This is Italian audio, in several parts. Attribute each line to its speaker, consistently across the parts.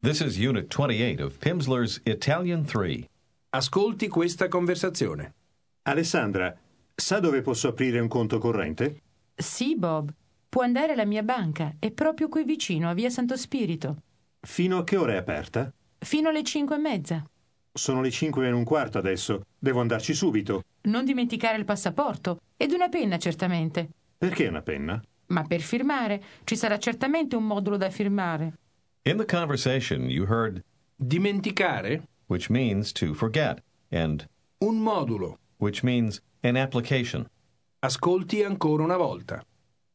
Speaker 1: This is Unit 28 of Pimsleur's Italian 3.
Speaker 2: Ascolti questa conversazione.
Speaker 3: Alessandra, sa dove posso aprire un conto corrente?
Speaker 4: Sì, Bob. Può andare alla mia banca, è proprio qui vicino, a via Santo Spirito.
Speaker 3: Fino a che ora è aperta?
Speaker 4: Fino alle cinque e mezza.
Speaker 3: Sono le 5 e un quarto adesso. Devo andarci subito.
Speaker 4: Non dimenticare il passaporto ed una penna, certamente.
Speaker 3: Perché una penna?
Speaker 4: Ma per firmare ci sarà certamente un modulo da firmare.
Speaker 1: In the conversation, you heard,
Speaker 2: Dimenticare?
Speaker 1: which means to forget, and
Speaker 2: Un modulo.
Speaker 1: which means an application.
Speaker 2: Ascolti ancora una volta.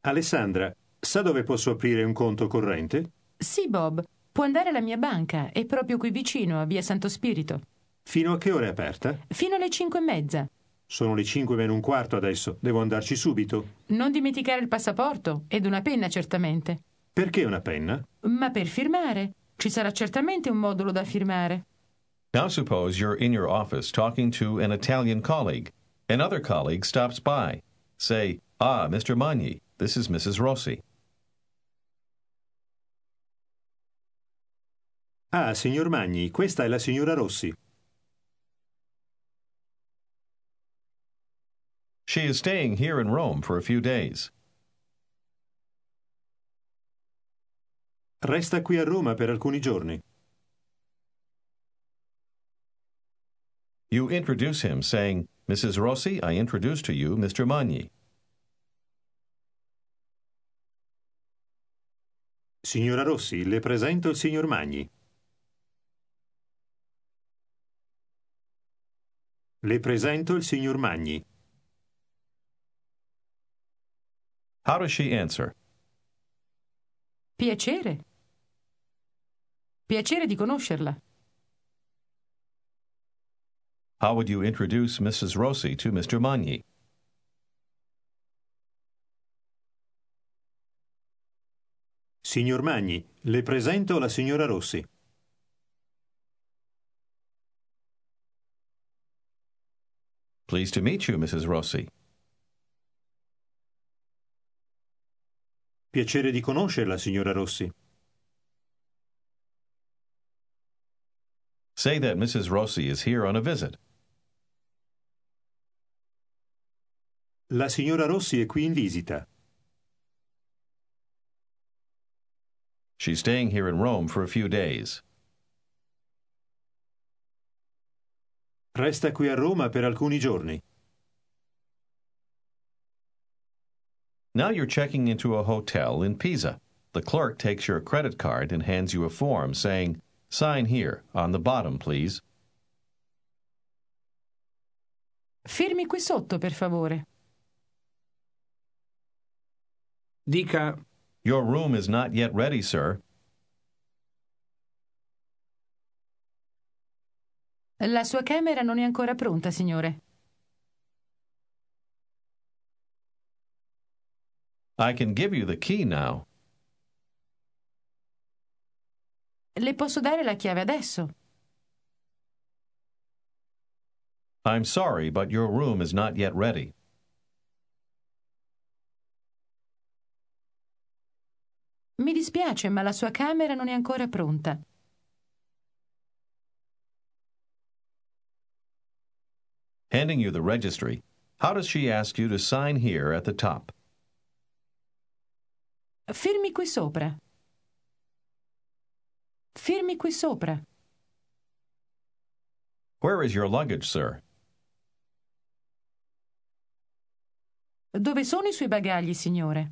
Speaker 3: Alessandra, sa dove posso aprire un conto corrente?
Speaker 4: Sì, Bob. Può andare alla mia banca, è proprio qui vicino, a via Santo Spirito.
Speaker 3: Fino a che ora è aperta?
Speaker 4: Fino alle cinque e mezza.
Speaker 3: Sono le 5 meno un quarto adesso. Devo andarci subito.
Speaker 4: Non dimenticare il passaporto ed una penna, certamente.
Speaker 3: Perché una penna?
Speaker 4: Ma per firmare ci sarà certamente un modulo da firmare.
Speaker 1: Now suppose you're in your office talking to an Italian colleague. Another colleague stops by. Say, Ah, Mr. Magni, this is Mrs. Rossi.
Speaker 3: Ah, signor Magni, questa è la signora Rossi.
Speaker 1: She is staying here in Rome for a few days.
Speaker 3: Resta qui a Roma per alcuni giorni.
Speaker 1: You introduce him, saying, Mrs. Rossi, I introduce to you Mr. Magni.
Speaker 3: Signora Rossi, le presento il signor Magni. Le presento il signor Magni.
Speaker 1: How does she answer?
Speaker 4: Piacere. Piacere di conoscerla.
Speaker 1: How would you introduce Mrs. Rossi to Mr. Magni?
Speaker 3: Signor Magni, le presento la signora Rossi.
Speaker 1: Pleased to meet you, Mrs. Rossi.
Speaker 3: Piacere di conoscerla, signora Rossi.
Speaker 1: Say that Mrs. Rossi is here on a visit.
Speaker 3: La signora Rossi è qui in visita.
Speaker 1: She's staying here in Rome for a few days.
Speaker 3: Resta qui a Roma per alcuni giorni.
Speaker 1: Now you're checking into a hotel in Pisa. The clerk takes your credit card and hands you a form saying, Sign here, on the bottom, please.
Speaker 4: Firmi qui sotto, per favore.
Speaker 2: Dica
Speaker 1: Your room is not yet ready, sir.
Speaker 4: La sua camera non è ancora pronta, signore.
Speaker 1: I can give you the key now.
Speaker 4: Le posso dare la chiave adesso?
Speaker 1: I'm sorry, but your room is not yet ready.
Speaker 4: Mi dispiace, ma la sua camera non è ancora pronta.
Speaker 1: Handing you the registry, how does she ask you to sign here at the top?
Speaker 4: Firmi qui sopra. Firmi qui sopra.
Speaker 1: Where is your luggage, sir?
Speaker 4: Dove sono i suoi bagagli, signore?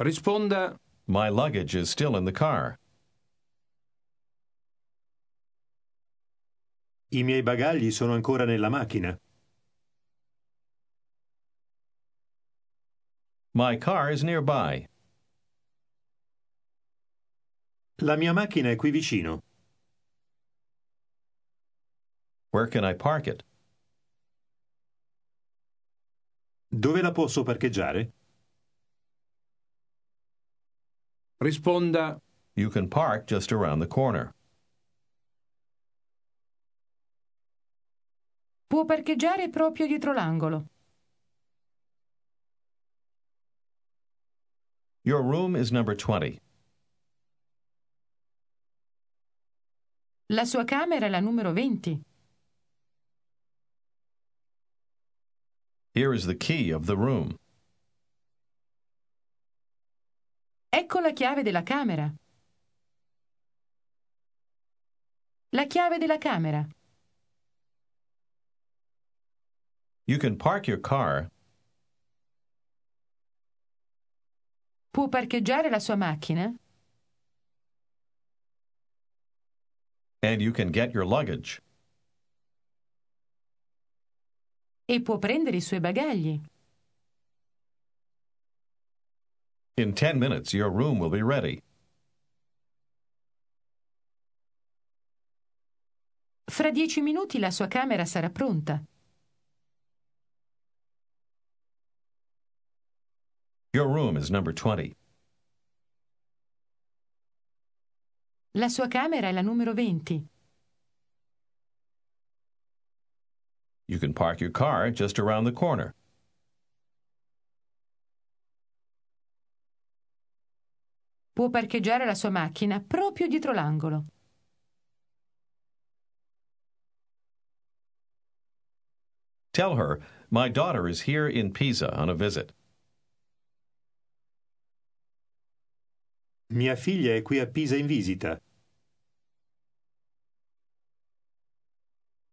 Speaker 2: risponda
Speaker 1: My luggage is still in the car.
Speaker 3: I miei bagagli sono ancora nella macchina.
Speaker 1: My car is nearby.
Speaker 3: La mia macchina è qui vicino.
Speaker 1: Where can I park it?
Speaker 3: Dove la posso parcheggiare?
Speaker 2: risponda
Speaker 1: You can park just around the corner.
Speaker 4: Può parcheggiare proprio dietro l'angolo.
Speaker 1: Your room is number 20.
Speaker 4: La sua camera è la numero 20.
Speaker 1: Here is the key of the room.
Speaker 4: Ecco la chiave della camera. La chiave della camera.
Speaker 1: You can park your car
Speaker 4: Può parcheggiare la sua macchina?
Speaker 1: and you can get your luggage.
Speaker 4: E può prendere i suoi bagagli.
Speaker 1: In 10 minutes, your room will be ready.
Speaker 4: Fra dieci minuti la sua camera sarà pronta.
Speaker 1: Your room is number 20.
Speaker 4: La sua camera è la numero 20.
Speaker 1: You can park your car just around the corner.
Speaker 4: Può parcheggiare la sua macchina proprio dietro l'angolo.
Speaker 1: Tell her, my daughter is here in Pisa on a visit.
Speaker 3: Mia figlia è qui a Pisa in visita.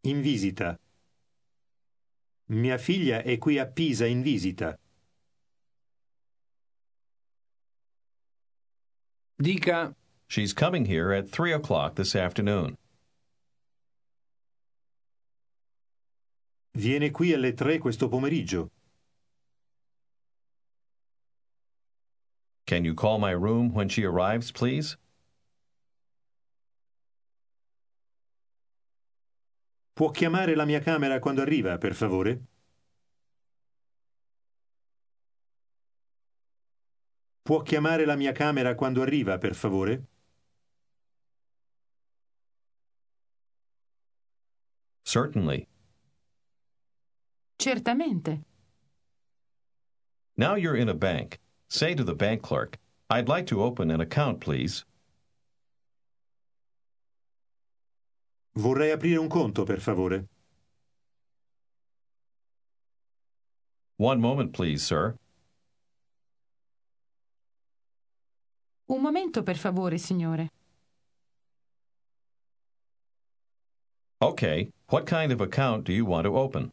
Speaker 3: In visita. Mia figlia è qui a Pisa in visita.
Speaker 2: dica
Speaker 1: She's coming here at 3 o'clock this afternoon.
Speaker 3: Viene qui alle tre questo pomeriggio.
Speaker 1: Can you call my room when she arrives, please?
Speaker 3: Può chiamare la mia camera quando arriva, per favore? Può chiamare la mia camera quando arriva, per favore?
Speaker 1: Certainly.
Speaker 4: Certamente.
Speaker 1: Now you're in a bank. Say to the bank clerk, I'd like to open an account, please.
Speaker 3: Vorrei aprire un conto, per favore.
Speaker 1: One moment, please, sir.
Speaker 4: Un momento, per favore, signore.
Speaker 1: Okay, what kind of account do you want to open?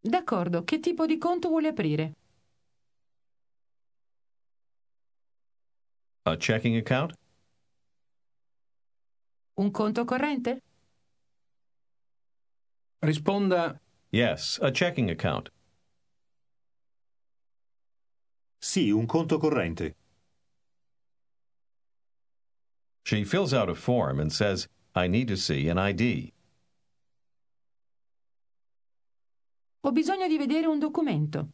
Speaker 4: D'accordo, che tipo di conto vuole aprire?
Speaker 1: A checking account?
Speaker 4: Un conto corrente?
Speaker 2: risponda
Speaker 1: Yes, a checking account.
Speaker 3: Sì, un conto corrente.
Speaker 1: She fills out a form and says, I need to see an ID.
Speaker 4: Ho bisogno di vedere un documento.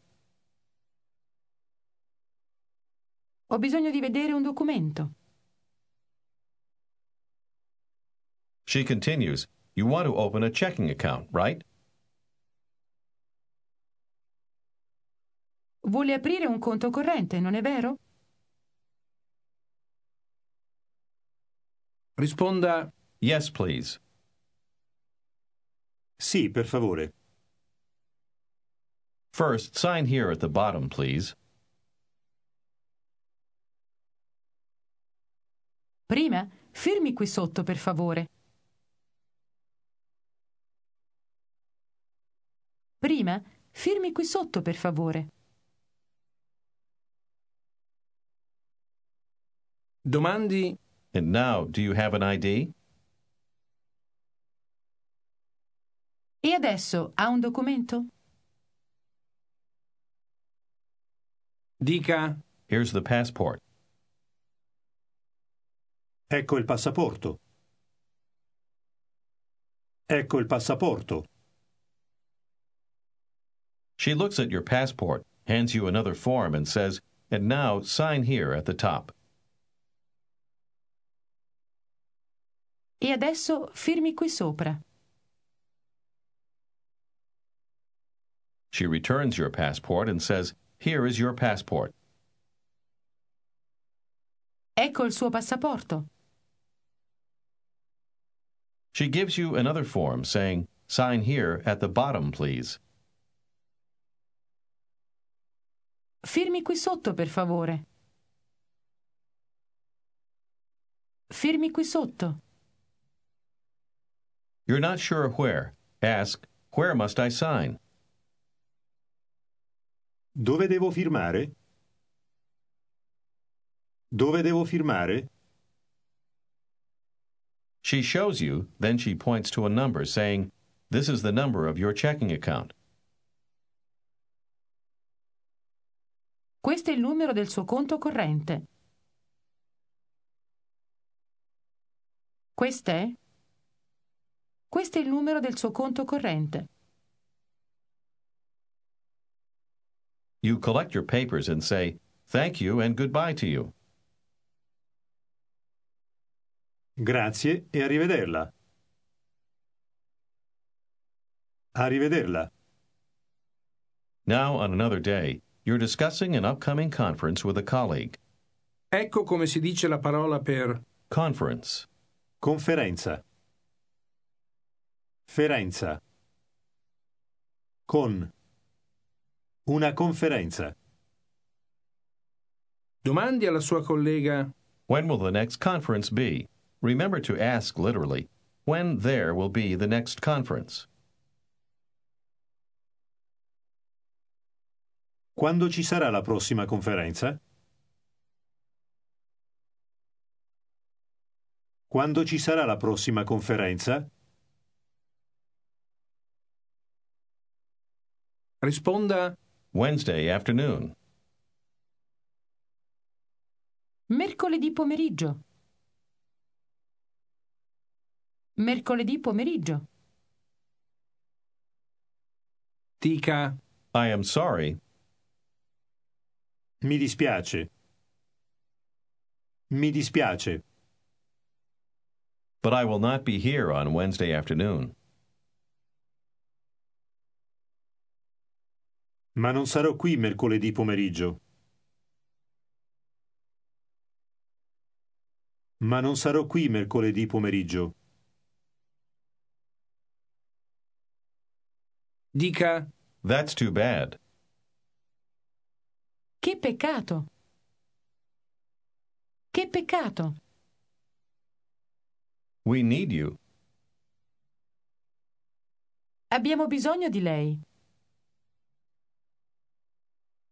Speaker 4: Ho bisogno di vedere un documento.
Speaker 1: She continues, You want to open a checking account, right?
Speaker 4: Vuole aprire un conto corrente, non è vero?
Speaker 2: risponda
Speaker 1: Yes, please.
Speaker 3: Sì, per favore.
Speaker 1: First, sign here at the bottom, please.
Speaker 4: Prima, firmi qui sotto, per favore. Prima, firmi qui sotto, per favore.
Speaker 2: domandi
Speaker 1: And now, do you have an ID?
Speaker 4: E adesso ha un documento?
Speaker 2: dica
Speaker 1: Here's the passport.
Speaker 3: Ecco il passaporto. Ecco il passaporto.
Speaker 1: She looks at your passport, hands you another form, and says, And now, sign here at the top.
Speaker 4: E adesso firmi qui sopra.
Speaker 1: She returns your passport and says, Here is your passport.
Speaker 4: Ecco il suo passaporto.
Speaker 1: She gives you another form saying, Sign here at the bottom, please.
Speaker 4: Firmi qui sotto, per favore. Firmi qui sotto.
Speaker 1: You're not sure where. Ask, Where must I sign?
Speaker 3: Dove devo firmare? Dove devo firmare?
Speaker 1: She shows you, then she points to a number saying, This is the number of your checking account.
Speaker 4: Questo è il numero del suo conto corrente. Quest'è? Questo è il numero del suo conto corrente.
Speaker 1: You collect your papers and say, Thank you and goodbye to you.
Speaker 3: Grazie e arrivederla. Arrivederla.
Speaker 1: Now, on another day, you're discussing an upcoming conference with a colleague.
Speaker 2: Ecco come si dice la parola per
Speaker 1: Conference.
Speaker 3: Conferenza. Ferenza. Con. Una conferenza.
Speaker 2: domandi alla sua collega
Speaker 1: When will the next conference be? Remember to ask literally, When there will be the next conference?
Speaker 3: Quando ci sarà la prossima conferenza? Quando ci sarà la prossima conferenza?
Speaker 2: risponda
Speaker 1: Wednesday afternoon.
Speaker 4: Mercoledì pomeriggio. Mercoledì pomeriggio.
Speaker 2: dica
Speaker 1: I am sorry,
Speaker 3: Mi dispiace. Mi dispiace.
Speaker 1: but I will not be here on Wednesday afternoon.
Speaker 3: Ma non sarò qui mercoledì pomeriggio. Ma non sarò qui mercoledì pomeriggio.
Speaker 2: dica
Speaker 1: That's too bad.
Speaker 4: Che peccato. Che peccato.
Speaker 1: We need you.
Speaker 4: Abbiamo bisogno di lei.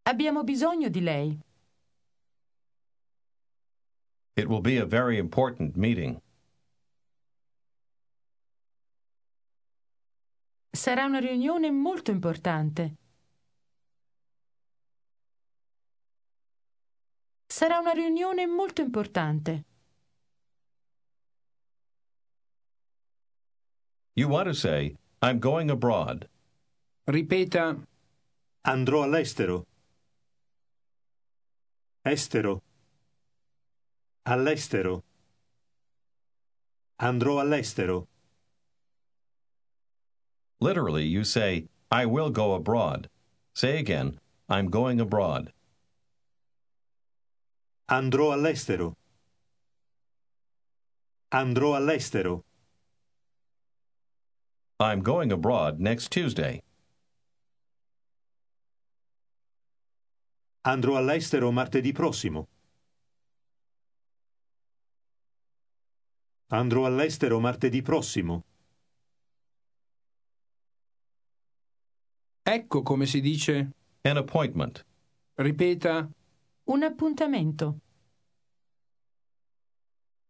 Speaker 4: Abbiamo bisogno di lei.
Speaker 1: It will be a very important meeting.
Speaker 4: Sarà una riunione molto importante. Sarà una riunione molto importante.
Speaker 1: You want to say, I'm going abroad.
Speaker 2: ripeta
Speaker 3: Andrò all'estero. Estero. All'estero. Andrò all'estero.
Speaker 1: Literally, you say, I will go abroad. Say again, I'm going abroad.
Speaker 3: Andrò all'estero. Andrò all'estero.
Speaker 1: I'm going abroad next Tuesday.
Speaker 3: Andrò all'estero martedì prossimo. Andrò all'estero martedì prossimo.
Speaker 2: ecco come si dice
Speaker 1: An appointment.
Speaker 2: ripeta
Speaker 4: Un appuntamento.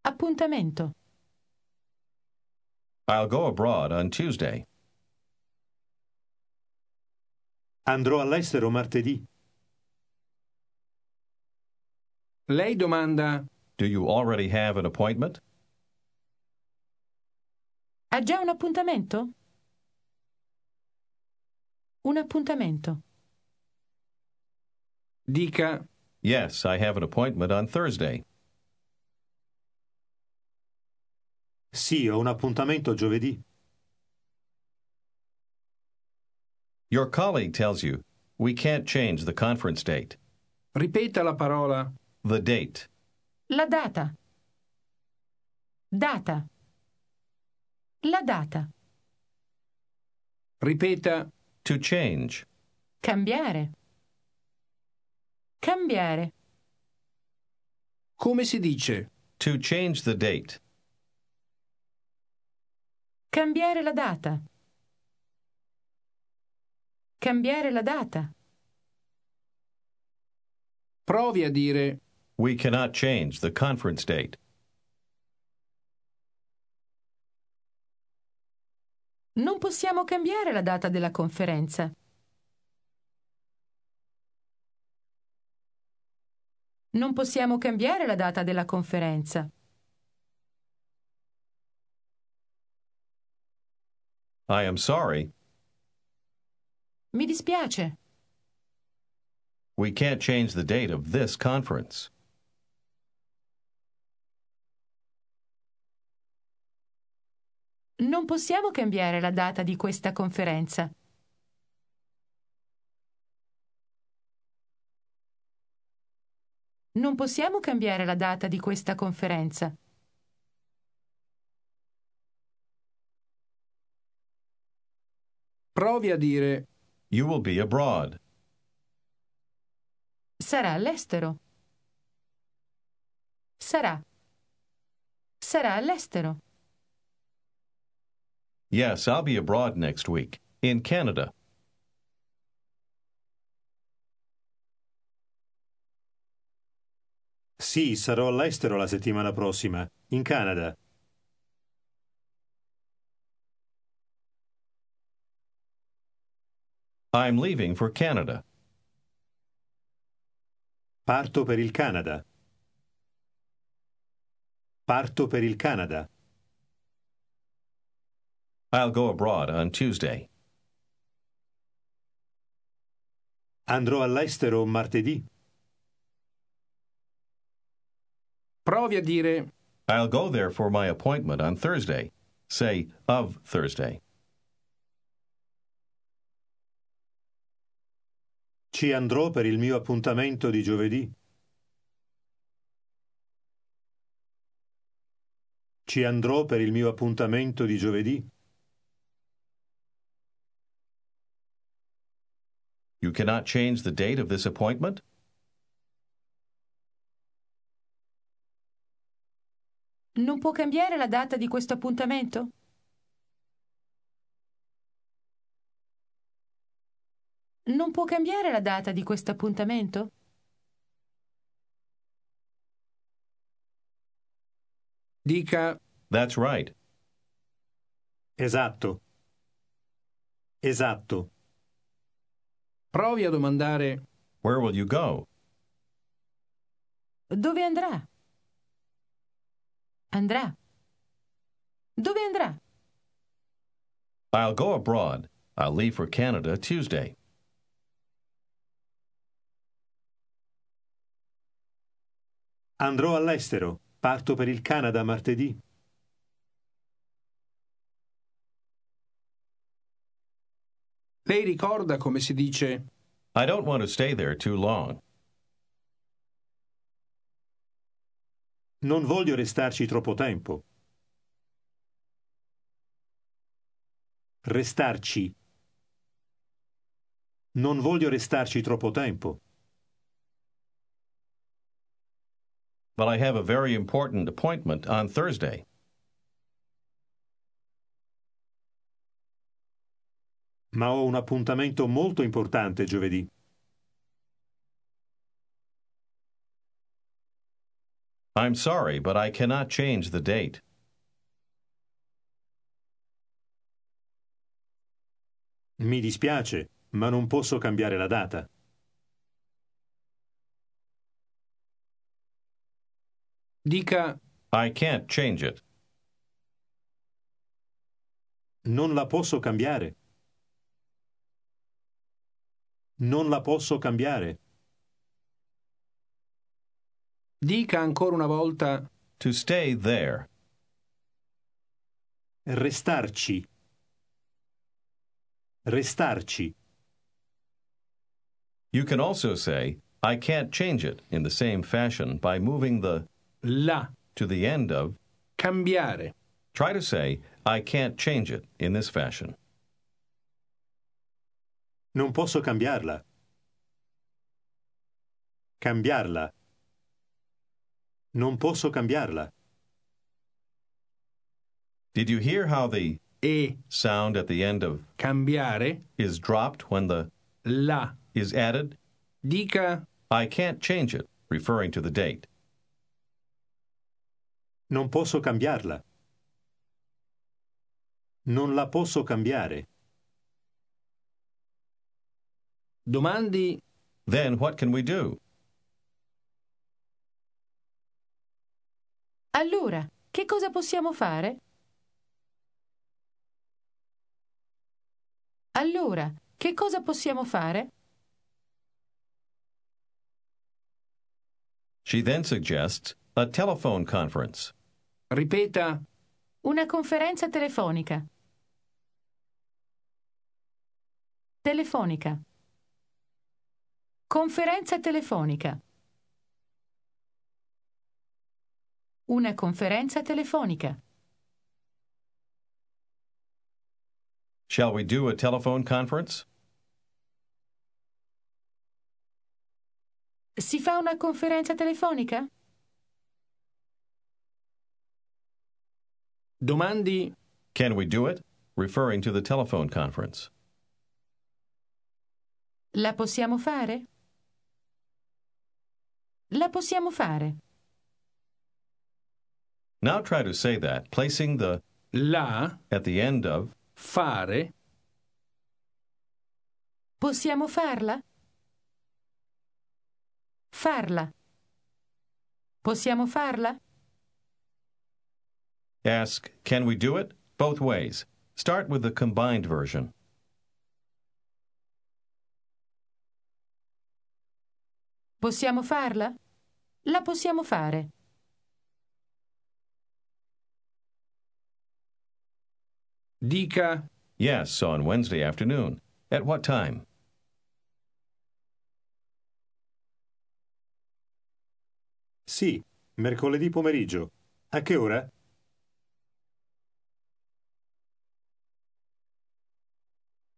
Speaker 4: Appuntamento.
Speaker 1: I'll go abroad on Tuesday.
Speaker 3: Andrò all'estero martedì.
Speaker 2: lei domanda
Speaker 1: Do you already have an appointment?
Speaker 4: Ha già un appuntamento? Un appuntamento.
Speaker 2: dica
Speaker 1: Yes, I have an appointment on Thursday.
Speaker 3: Sì, ho un appuntamento giovedì.
Speaker 1: Your colleague tells you, We can't change the conference date.
Speaker 2: ripeta la parola
Speaker 1: The date.
Speaker 4: La data. Data. La data.
Speaker 2: ripeta
Speaker 1: To change.
Speaker 4: Cambiare. Cambiare.
Speaker 2: come si dice
Speaker 1: To change the date.
Speaker 4: Cambiare la data. Cambiare la data.
Speaker 2: provi a dire
Speaker 1: We cannot change the conference date.
Speaker 4: Non possiamo cambiare la data della conferenza. Non possiamo cambiare la data della conferenza.
Speaker 1: I am sorry.
Speaker 4: Mi dispiace.
Speaker 1: We can't change the date of this conference.
Speaker 4: Non possiamo cambiare la data di questa conferenza. Non possiamo cambiare la data di questa conferenza.
Speaker 2: provi a dire
Speaker 1: You will be abroad.
Speaker 4: Sarà all'estero. Sarà. Sarà all'estero.
Speaker 1: Yes, I'll be abroad next week. In Canada.
Speaker 3: Sì, sarò all'estero la settimana prossima, in Canada.
Speaker 1: I'm leaving for Canada.
Speaker 3: Parto per il Canada. Parto per il Canada.
Speaker 1: I'll go abroad on Tuesday.
Speaker 3: Andrò all'estero martedì.
Speaker 2: provi a dire
Speaker 1: I'll go there for my appointment on Thursday. Say, of Thursday.
Speaker 3: Ci andrò per il mio appuntamento di giovedì. Ci andrò per il mio appuntamento di giovedì.
Speaker 1: You cannot change the date of this appointment?
Speaker 4: Non può cambiare la data di questo appuntamento? Non può cambiare la data di questo appuntamento?
Speaker 2: dica
Speaker 1: That's right.
Speaker 3: Esatto. Esatto.
Speaker 2: provi a domandare
Speaker 1: Where will you go?
Speaker 4: Dove andrà? Andrà. Dove andrà?
Speaker 1: I'll go abroad. I'll leave for Canada Tuesday.
Speaker 3: Andrò all'estero. Parto per il Canada martedì.
Speaker 2: lei ricorda come si dice
Speaker 1: I don't want to stay there too long.
Speaker 3: Non voglio restarci troppo tempo. Restarci. Non voglio restarci troppo tempo.
Speaker 1: But I have a very important appointment on Thursday.
Speaker 3: Ma ho un appuntamento molto importante giovedì.
Speaker 1: I'm sorry, but I cannot change the date.
Speaker 3: Mi dispiace, ma non posso cambiare la data.
Speaker 2: dica
Speaker 1: I can't change it.
Speaker 3: Non la posso cambiare. Non la posso cambiare.
Speaker 2: dica ancora una volta
Speaker 1: To stay there.
Speaker 3: Restarci. Restarci.
Speaker 1: You can also say, I can't change it in the same fashion by moving the
Speaker 2: La.
Speaker 1: to the end of,
Speaker 2: Cambiare.
Speaker 1: try to say, I can't change it in this fashion.
Speaker 3: Non posso cambiarla. Cambiarla. Non posso cambiarla.
Speaker 1: Did you hear how the
Speaker 2: E.
Speaker 1: sound at the end of
Speaker 2: Cambiare.
Speaker 1: is dropped when the
Speaker 2: La.
Speaker 1: is added?
Speaker 2: Dica
Speaker 1: I can't change it, referring to the date.
Speaker 3: Non posso cambiarla. Non la posso cambiare.
Speaker 2: domandi
Speaker 1: Then what can we do?
Speaker 4: Allora, che cosa possiamo fare? Allora, che cosa possiamo fare?
Speaker 1: She then suggests a telephone conference.
Speaker 2: Ripeta
Speaker 4: Una conferenza telefonica. Telefonica. Conferenza telefonica. Una conferenza telefonica.
Speaker 1: Shall we do a telephone conference?
Speaker 4: Si fa una conferenza telefonica?
Speaker 2: domandi
Speaker 1: Can we do it? Referring to the telephone conference.
Speaker 4: La possiamo fare? La possiamo fare.
Speaker 1: Now try to say that, placing the
Speaker 2: la
Speaker 1: at the end of
Speaker 2: fare
Speaker 4: Possiamo farla? Farla. Possiamo farla?
Speaker 1: Ask, can we do it? Both ways. Start with the combined version.
Speaker 4: Possiamo farla? La possiamo fare.
Speaker 2: dica
Speaker 1: Yes, on Wednesday afternoon. At what time?
Speaker 3: Sì, mercoledì pomeriggio. A che ora?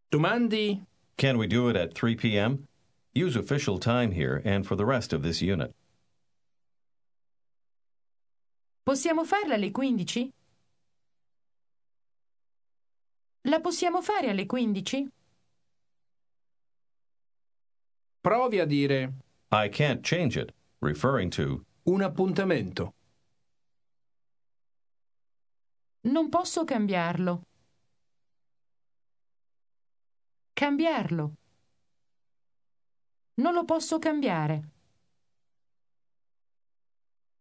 Speaker 2: domandi
Speaker 1: Can we do it at 3 p.m.? Use official time here and for the rest of this unit.
Speaker 4: Possiamo farla alle 15? La possiamo fare alle 15?
Speaker 2: provi a dire
Speaker 1: I can't change it, referring to
Speaker 2: un appuntamento
Speaker 4: Non posso cambiarlo. Cambiarlo. Non lo posso cambiare.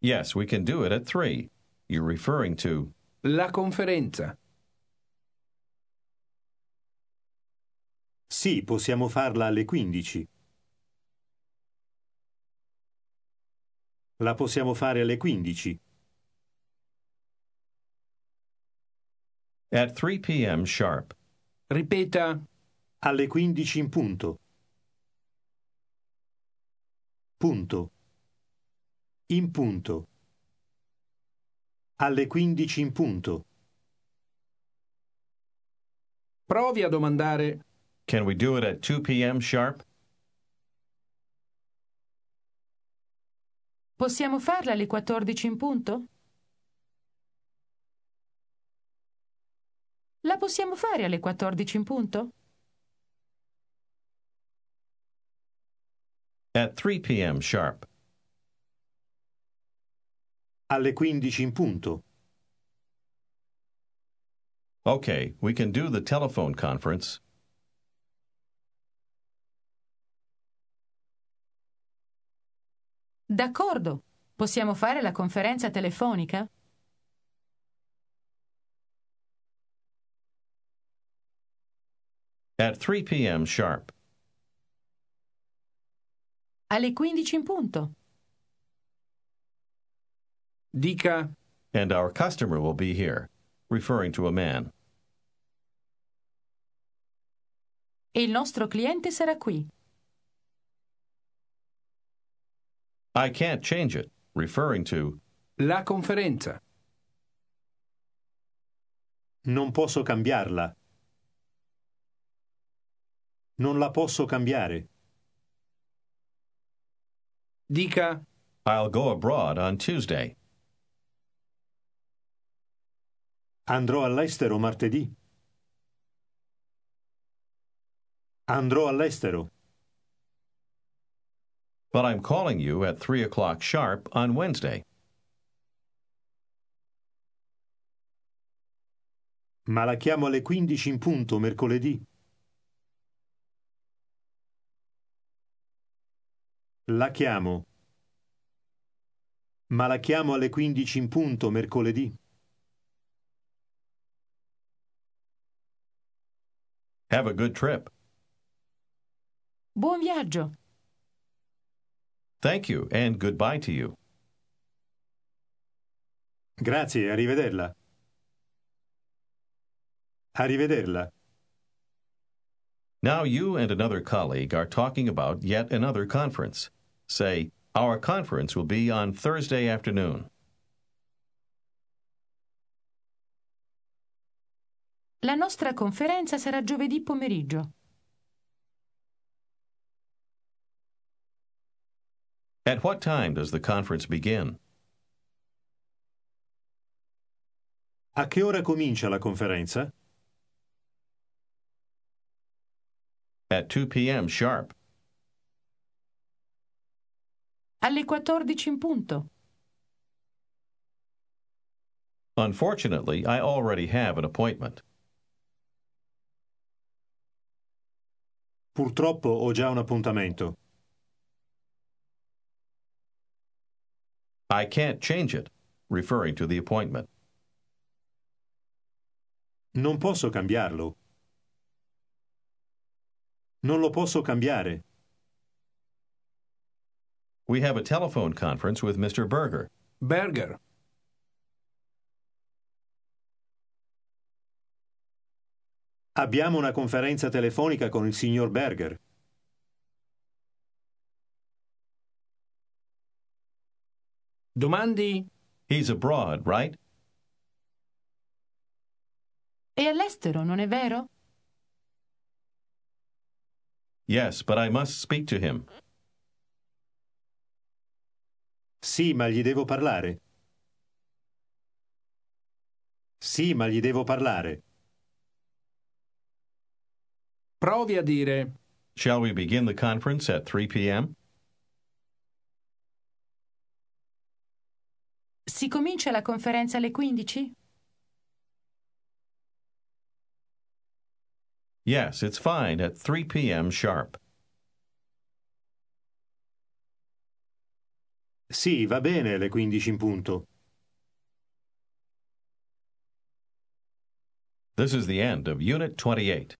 Speaker 1: yes, we can do it at 3. You're referring to
Speaker 2: la conferenza
Speaker 3: Sì, possiamo farla alle 15. La possiamo fare alle 15.
Speaker 1: at 3 p.m. sharp.
Speaker 2: ripeta
Speaker 3: Alle 15 in punto. Punto. In punto. Alle 15 in punto.
Speaker 2: provi a domandare
Speaker 1: Can we do it at 2 p.m. sharp?
Speaker 4: Possiamo farla alle 14 in punto? La possiamo fare alle 14 in punto?
Speaker 1: At 3 p.m. sharp.
Speaker 3: Alle 15 in punto.
Speaker 1: Okay, we can do the telephone conference.
Speaker 4: D'accordo. Possiamo fare la conferenza telefonica?
Speaker 1: At 3 p.m. sharp.
Speaker 4: Alle 15 in punto.
Speaker 2: dica
Speaker 1: And our customer will be here, referring to a man.
Speaker 4: E il nostro cliente sarà qui.
Speaker 1: I can't change it, referring to
Speaker 2: La conferenza.
Speaker 3: Non posso cambiarla. Non la posso cambiare.
Speaker 2: Dica
Speaker 1: I'll go abroad on Tuesday.
Speaker 3: Andrò all'estero martedì. Andrò all'estero.
Speaker 1: But I'm calling you at 3 o'clock sharp on Wednesday.
Speaker 3: Ma la chiamo alle 15 in punto mercoledì. La chiamo. Ma la chiamo alle 15 in punto mercoledì.
Speaker 1: Have a good trip.
Speaker 4: Buon viaggio.
Speaker 1: Thank you and goodbye to you.
Speaker 3: Grazie, arrivederla. Arrivederla.
Speaker 1: Now you and another colleague are talking about yet another conference. Say, Our conference will be on Thursday afternoon.
Speaker 4: La nostra conferenza sarà giovedì pomeriggio.
Speaker 1: At what time does the conference begin?
Speaker 3: A che ora comincia la conferenza?
Speaker 1: At 2 p.m. sharp.
Speaker 4: Alle 14 in punto.
Speaker 1: Unfortunately, I already have an appointment.
Speaker 3: Purtroppo ho già un appuntamento.
Speaker 1: I can't change it, referring to the appointment.
Speaker 3: Non posso cambiarlo. Non lo posso cambiare.
Speaker 1: We have a telephone conference with Mr. Berger.
Speaker 2: Berger.
Speaker 3: Abbiamo una conferenza telefonica con il signor Berger.
Speaker 2: Domandi
Speaker 1: He's abroad, right?
Speaker 4: E all'estero, non è vero?
Speaker 1: Yes, but I must speak to him.
Speaker 3: Sì, ma gli devo parlare. Sì, ma gli devo parlare.
Speaker 2: Provi a dire
Speaker 1: Shall we begin the conference at 3 p.m.?
Speaker 4: Si comincia la conferenza alle 15?
Speaker 1: Yes, it's fine at 3 p.m. sharp.
Speaker 3: Sì, va bene alle 15 in punto.
Speaker 1: This is the end of Unit 28.